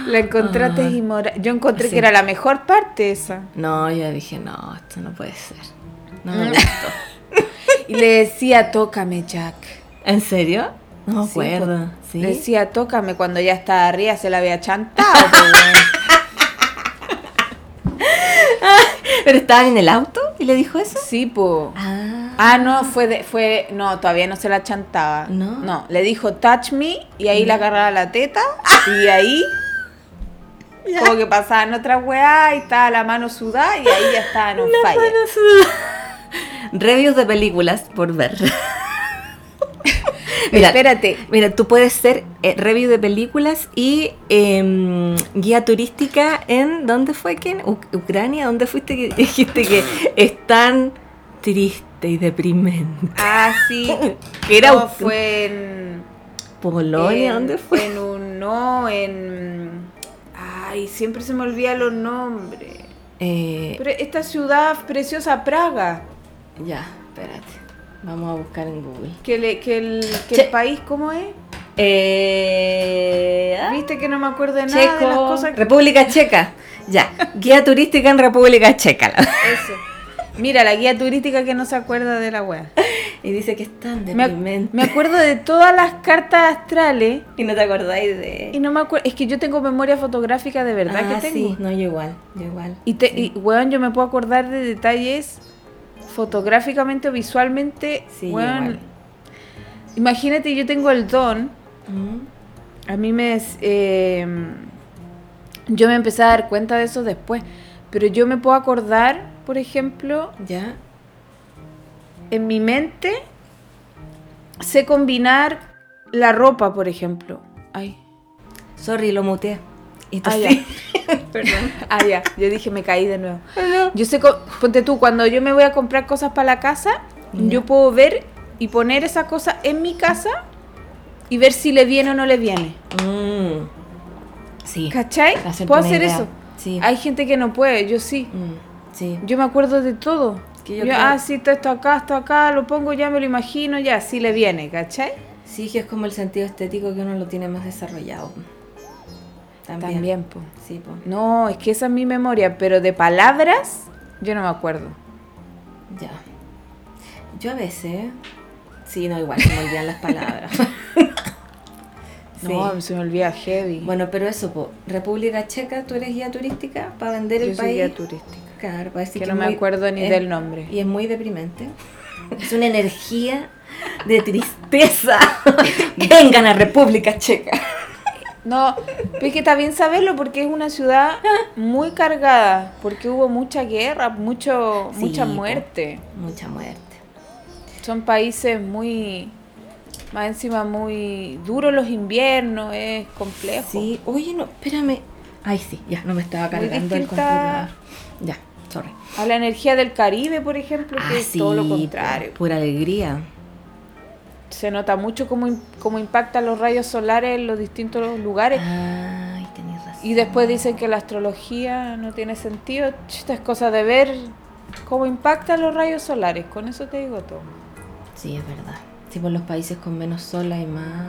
S2: La encontraste
S1: Ah.
S2: inmoral. Yo encontré
S1: Sí.
S2: que era la mejor parte esa.
S1: No, yo dije, no, esto no puede ser. No me gustó.
S2: Y le decía, tócame, Jack.
S1: ¿En serio? No me
S2: Sí, pues,
S1: acuerdo. Sí.
S2: Le decía, tócame, cuando ya estaba arriba se la había chantado.
S1: Ah,
S2: pues, weón.
S1: ¿Pero estaban en el auto y le dijo eso?
S2: sí, po.
S1: Ah.
S2: Ah, no, fue, de- fue, no, todavía no se la chantaba.
S1: No.
S2: No, le dijo touch me y ahí la agarraba la teta y ahí como que pasaban otras weas y estaba la mano sudada y ahí ya estaban on fire.
S1: Reviews de películas por ver. Mira,
S2: Espérate.
S1: Mira, tú puedes ser eh, review de películas y em, guía turística en. ¿Dónde fue quién? U- ¿Ucrania? ¿Dónde fuiste que dijiste que es tan triste y deprimente?
S2: Ah, sí.
S1: Que era
S2: No,
S1: un-
S2: fue en...
S1: ¿Polonia?
S2: en-
S1: ¿Dónde fue?
S2: En un no, en... Ay, siempre se me olvidan los nombres.
S1: Eh,
S2: Pero esta ciudad preciosa, Praga,
S1: ya, espérate. Vamos a buscar en Google.
S2: que, le, que, el, que
S1: Che-
S2: el país, ¿cómo es?
S1: Eh, ah,
S2: Viste que no me acuerdo de nada de las
S1: Checo,
S2: cosas que...
S1: República Checa. Ya, guía turística en República Checa. la-
S2: Eso. Mira, la guía turística que no se acuerda de la wea.
S1: Y dice que es tan
S2: Me,
S1: deprimente.
S2: me acuerdo de todas las cartas astrales
S1: Y no te acordáis
S2: y
S1: de.
S2: no me acuerdo. Es que yo tengo memoria fotográfica de verdad
S1: Ah,
S2: que tengo.
S1: sí, no, yo igual, yo igual.
S2: Y, te, y, weón, yo me puedo acordar de detalles fotográficamente o visualmente.
S1: Sí,
S2: weón.
S1: igual.
S2: Imagínate, yo tengo el don.
S1: Mm.
S2: A mí me. es- eh, yo me empecé a dar cuenta de eso después. Pero yo me puedo acordar, por ejemplo,
S1: Ya.
S2: en mi mente sé combinar la ropa, por ejemplo. Ay,
S1: Sorry, lo muteé. Y tú
S2: ah, ya.
S1: sí.
S2: Ah, ya. Yo dije, me caí de nuevo. Yo sé, co- ponte tú, cuando yo me voy a comprar cosas para la casa,
S1: Ya.
S2: yo puedo ver y poner esa cosa en mi casa y ver si le viene o no le viene.
S1: Mm. Sí.
S2: ¿Cachai?
S1: Hacerte
S2: Puedo
S1: una
S2: hacer
S1: idea.
S2: eso.
S1: Sí.
S2: Hay gente que no puede, yo sí.
S1: Mm, Sí.
S2: Yo me acuerdo de todo.
S1: Que yo
S2: yo,
S1: creo-
S2: ah, sí, está esto acá, esto acá, lo pongo, ya me lo imagino, ya, sí le viene, ¿cachai?
S1: Sí, que es como el sentido estético que uno lo tiene más desarrollado. También.
S2: po.
S1: Sí, po.
S2: No, es que esa es mi memoria, pero de palabras, yo no me acuerdo.
S1: Ya. Yo a veces. Sí, no, igual, se me olvidan las palabras. Sí.
S2: No, se me olvida heavy.
S1: Bueno, pero eso, po. República Checa, tú eres guía turística para vender el
S2: yo soy
S1: país.
S2: guía turística.
S1: Claro, parece
S2: Que
S1: que
S2: no
S1: es
S2: me
S1: muy-
S2: acuerdo ni
S1: es-
S2: del nombre.
S1: Y es muy deprimente. Es una energía de tristeza. Vengan a República Checa.
S2: No, pero es que está bien saberlo porque es una ciudad muy cargada, porque hubo mucha guerra, mucho,
S1: Sí,
S2: mucha
S1: po.
S2: muerte.
S1: Mucha muerte.
S2: Son países muy, más encima muy duros los inviernos, es complejo.
S1: Sí, oye, no, espérame. Ay, sí, ya, no me estaba
S2: Muy
S1: cargando el
S2: distinta-
S1: computador. Ya, sorry.
S2: A la energía del Caribe, por ejemplo, que
S1: Ah,
S2: es
S1: sí,
S2: todo lo contrario.
S1: pu- Pura alegría.
S2: Se nota mucho cómo, im- cómo impactan los rayos solares en los distintos lugares.
S1: Ay, tenés razón.
S2: Y después dicen que la astrología no tiene sentido. Chuta, es cosa de ver cómo impactan los rayos solares. Con eso te digo todo.
S1: Sí, es verdad. Sí, por los países con menos sol hay más.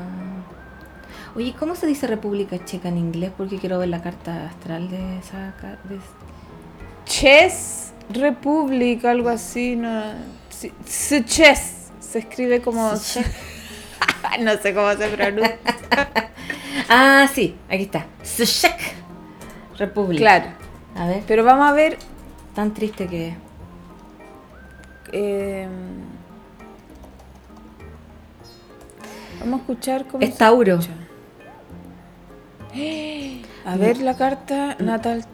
S1: Oye, ¿cómo se dice República Checa en inglés? Porque quiero ver la carta astral de esa. ca- de-
S2: Chess Republic, algo así. No, sí, sí, Chess. Se escribe como... no sé cómo se pronuncia.
S1: Ah, sí, aquí está. Sushek. República.
S2: claro.
S1: A ver,
S2: Pero vamos a ver...
S1: tan triste que es.
S2: eh, vamos a escuchar cómo
S1: Es
S2: se
S1: Tauro.
S2: escucha. A ver la carta natal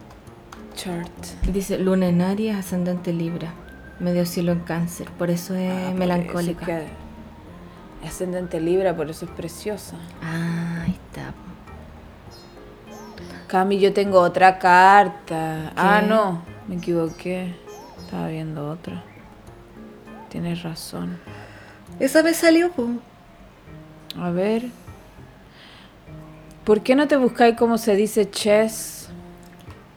S2: chart.
S1: Dice lunes en Aries, ascendente Libra. Medio cielo en Cáncer. Por eso es
S2: Ah, por
S1: melancólica.
S2: eso es que ascendente Libra, por eso es preciosa.
S1: Ah, ahí está.
S2: Cami, yo tengo otra carta. Ah,
S1: ¿Qué?
S2: no, me equivoqué. Estaba viendo otra. Tienes razón.
S1: Esa me salió, pum.
S2: A ver. ¿Por qué no te buscáis cómo se dice chess?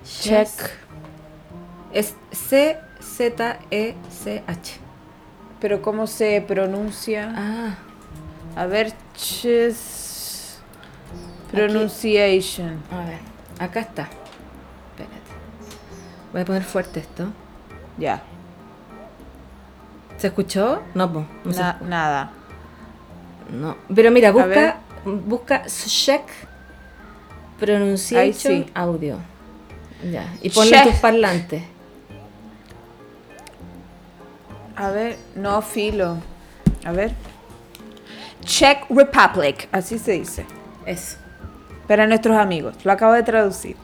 S2: Check.
S1: Es
S2: E,
S1: C-Z-E-C-H.
S2: Pero cómo se pronuncia.
S1: Ah,
S2: A ver, chess. Pronunciation.
S1: a ver. Acá está. Espérate. Voy a poner fuerte esto.
S2: Ya.
S1: ¿Se escuchó? No, po, no, se-
S2: Na- nada.
S1: no. Pero mira,
S2: ver.
S1: busca, busca check pronunciation
S2: Ahí sí.
S1: audio. Ya. Y ponle en
S2: Shek.
S1: tus parlantes.
S2: A ver, no filo. A ver. Czech Republic, así se dice.
S1: Eso.
S2: Para nuestros amigos, lo acabo de traducir.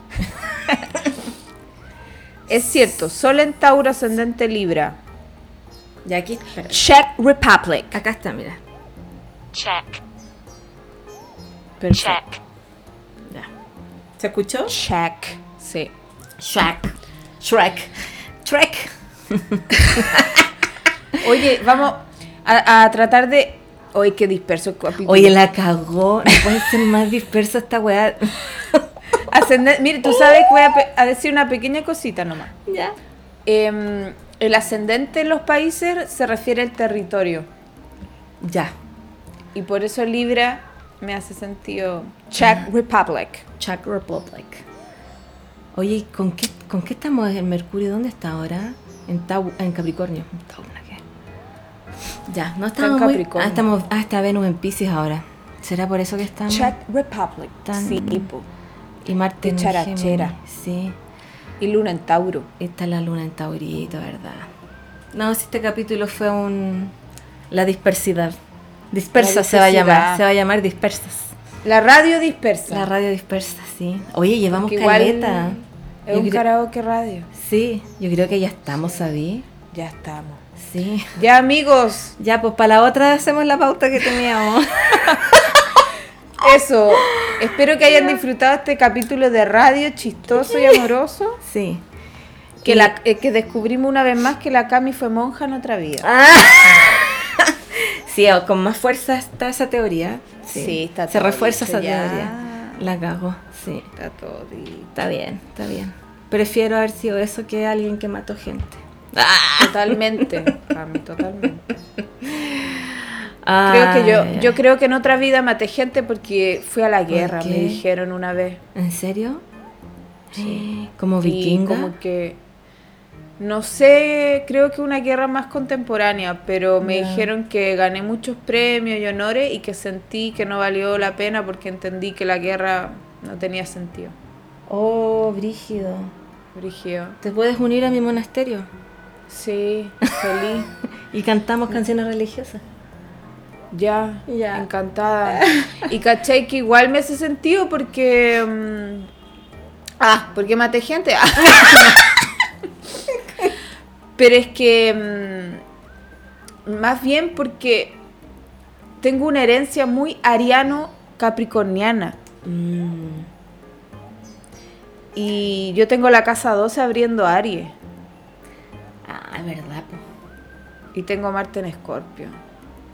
S2: es cierto, Sol en Tauro, ascendente Libra.
S1: Y aquí, espera.
S2: Czech Republic.
S1: acá está, mira.
S4: Check,
S2: Perfecto.
S1: Ya. ¿Se escuchó?
S2: Czech. Sí.
S1: Shrek. Shrek. Shrek.
S2: Oye, vamos a, a tratar de. Oye, qué disperso el capítulo.
S1: Oye, la cagó. No puede ser más dispersa esta weá.
S2: Ascenden- Mire, tú sabes que voy a, pe- a decir una pequeña cosita nomás.
S1: ya.
S2: Em, el ascendente en los países se refiere al territorio.
S1: Ya.
S2: Y por eso Libra me hace sentido. Czech Republic.
S1: Czech Republic. Oye, ¿y ¿con qué, ¿con qué estamos en Mercurio? ¿Dónde está ahora? En, Tau- en Capricornio. Tauro, ¿qué? Ya, no
S2: Está en
S1: estamos muy-
S2: Capricornio.
S1: ah, estamos, ah, está Venus en Pisces ahora. ¿Será por eso que estamos?
S2: Czech Republic.
S1: Tan-
S2: Sí, po.
S1: y Marte en
S2: Dicharachera.
S1: Géminis. Sí.
S2: Y Luna en Tauro.
S1: Está la luna en Taurito, ¿verdad? No, si este capítulo fue un... La dispersidad. Dispersa
S2: La
S1: se va a
S2: dispersidad.
S1: llamar. Se va a llamar dispersas.
S2: La radio dispersa.
S1: La radio dispersa, sí. Oye, llevamos
S2: Que igual
S1: caleta.
S2: Es
S1: Yo
S2: un
S1: creo-
S2: karaoke radio.
S1: Sí, yo creo que ya estamos, ¿sabí?
S2: Ya estamos.
S1: Sí.
S2: Ya, amigos.
S1: Ya, pues para la otra hacemos la pauta que teníamos.
S2: Eso, espero que hayan disfrutado este capítulo de radio chistoso y amoroso.
S1: Sí.
S2: Que, la, eh, que descubrimos una vez más que la Cami fue monja en otra vida.
S1: Ah. Sí, o- con más fuerza está esa teoría. Sí,
S2: Sí, está
S1: Se
S2: todo
S1: refuerza
S2: dicho
S1: esa
S2: ya.
S1: teoría. La cago, sí.
S2: Está todo dicho.
S1: Está bien, está bien. Prefiero haber sido eso que alguien que mató gente.
S2: Totalmente, Cami, totalmente.
S1: Ah,
S2: Creo que yo, yo creo que en otra vida maté gente porque fui a la guerra,
S1: qué?
S2: me dijeron una vez.
S1: ¿En serio? Sí. ¿Como
S2: Y
S1: vikinga?
S2: como que no sé, creo que una guerra más contemporánea, pero me
S1: Ya.
S2: dijeron que gané muchos premios y honores y que sentí que no valió la pena porque entendí que la guerra no tenía sentido.
S1: Oh, brígido.
S2: Brigio.
S1: ¿Te puedes unir a mi monasterio?
S2: Sí, feliz.
S1: Y
S2: Mm.
S1: cantamos canciones religiosas.
S2: ya,
S1: Ya.
S2: encantada. Y caché que igual me hace sentido porque mm, ah, porque maté gente. Pero es que mm, más bien porque tengo una herencia muy ariano capricorniana.
S1: Mm.
S2: Y yo tengo la casa 12 abriendo Aries.
S1: Ah, verdad, pues.
S2: Y tengo Marte en Escorpio.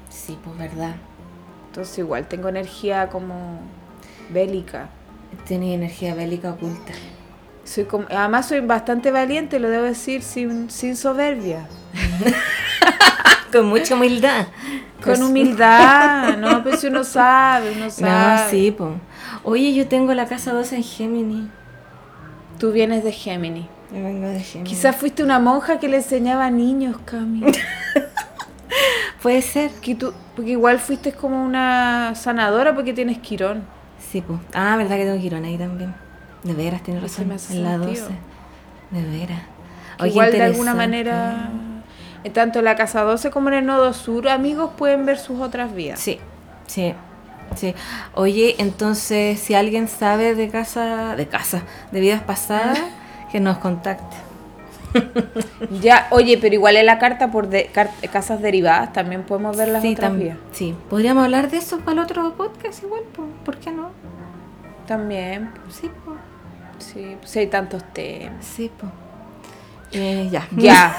S1: Sí, pues verdad.
S2: Entonces igual tengo energía como bélica.
S1: Tiene energía bélica oculta.
S2: Soy como- además soy bastante valiente, lo debo decir sin, sin soberbia.
S1: Con mucha humildad.
S2: Con humildad, ¿no? Pues si uno sabe, uno sabe.
S1: No, sí, pues. Oye, yo tengo la casa 2 en Géminis.
S2: Tú vienes de Géminis.
S1: Yo vengo de Géminis.
S2: Quizás fuiste una monja que le enseñaba a niños, Cami.
S1: Puede ser.
S2: Que tú, porque igual fuiste como una sanadora porque tienes Quirón.
S1: Sí, pues. Ah, verdad que tengo Quirón ahí también. De veras, tienes
S2: Y se
S1: razón.
S2: me hace
S1: en la
S2: sentido.
S1: 12. De veras.
S2: Que
S1: Oye,
S2: igual de alguna
S1: interesante.
S2: manera, eh, tanto en la casa 12 como en el nodo sur, amigos pueden ver sus otras vidas.
S1: Sí, sí, sí. Oye, entonces, si alguien sabe de casa, de casa, de vidas pasadas, que nos contacte.
S2: Ya, oye, pero igual en la carta por de- car- casas derivadas también podemos ver las
S1: sí,
S2: otras
S1: tam-
S2: vidas.
S1: sí, podríamos hablar de eso para el otro podcast igual, po, ¿por qué no?
S2: También,
S1: Sí, po.
S2: sí, pues hay tantos temas.
S1: sí, po. Eh, ya.
S2: Ya.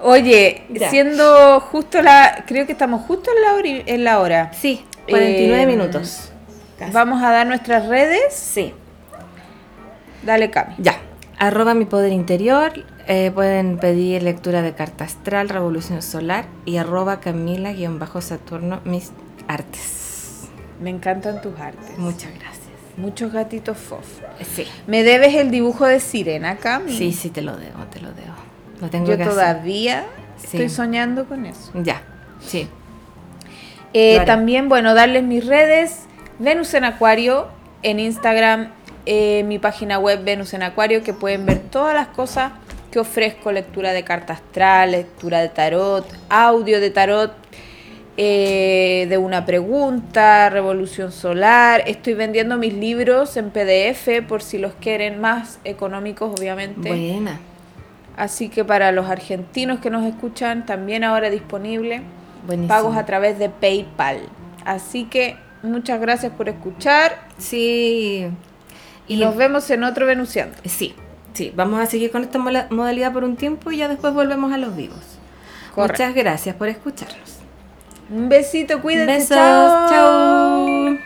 S2: Oye,
S1: Ya.
S2: siendo justo la. Creo que estamos justo en la, hori- en la hora.
S1: Sí, 49
S2: Eh,
S1: minutos. Casi.
S2: Vamos a dar nuestras redes.
S1: Sí,
S2: Dale, Cami.
S1: ya. Arroba mi poder interior, eh, pueden pedir lectura de carta astral, revolución solar y arroba Camila-Saturno, mis artes.
S2: Me encantan tus artes.
S1: Muchas gracias.
S2: Muchos gatitos fof.
S1: Sí,
S2: Me debes el dibujo de sirena, Cami.
S1: sí, sí, te lo debo, te lo debo. Lo tengo
S2: Yo
S1: que hacer.
S2: todavía Estoy soñando con eso.
S1: Ya, sí.
S2: Eh,
S1: Lo haré.
S2: también, bueno, darles mis redes, Venus en Acuario, en Instagram, eh, mi página web Venus en Acuario, que pueden ver todas las cosas que ofrezco, lectura de carta astral, lectura de tarot, audio de tarot, eh, de una pregunta, revolución solar. Estoy vendiendo mis libros en PDF por si los quieren más económicos, obviamente.
S1: Buena.
S2: Así que para los argentinos que nos escuchan, también ahora disponible
S1: Buenísimo.
S2: pagos a través de PayPal. Así que muchas gracias por escuchar
S1: Sí.
S2: y nos vemos en otro Venusiando.
S1: Sí, sí. Vamos a seguir con esta mola- modalidad por un tiempo y ya después volvemos a los vivos.
S2: Correcto.
S1: Muchas gracias por escucharnos.
S2: Un besito, cuídense.
S1: Besos. Chao.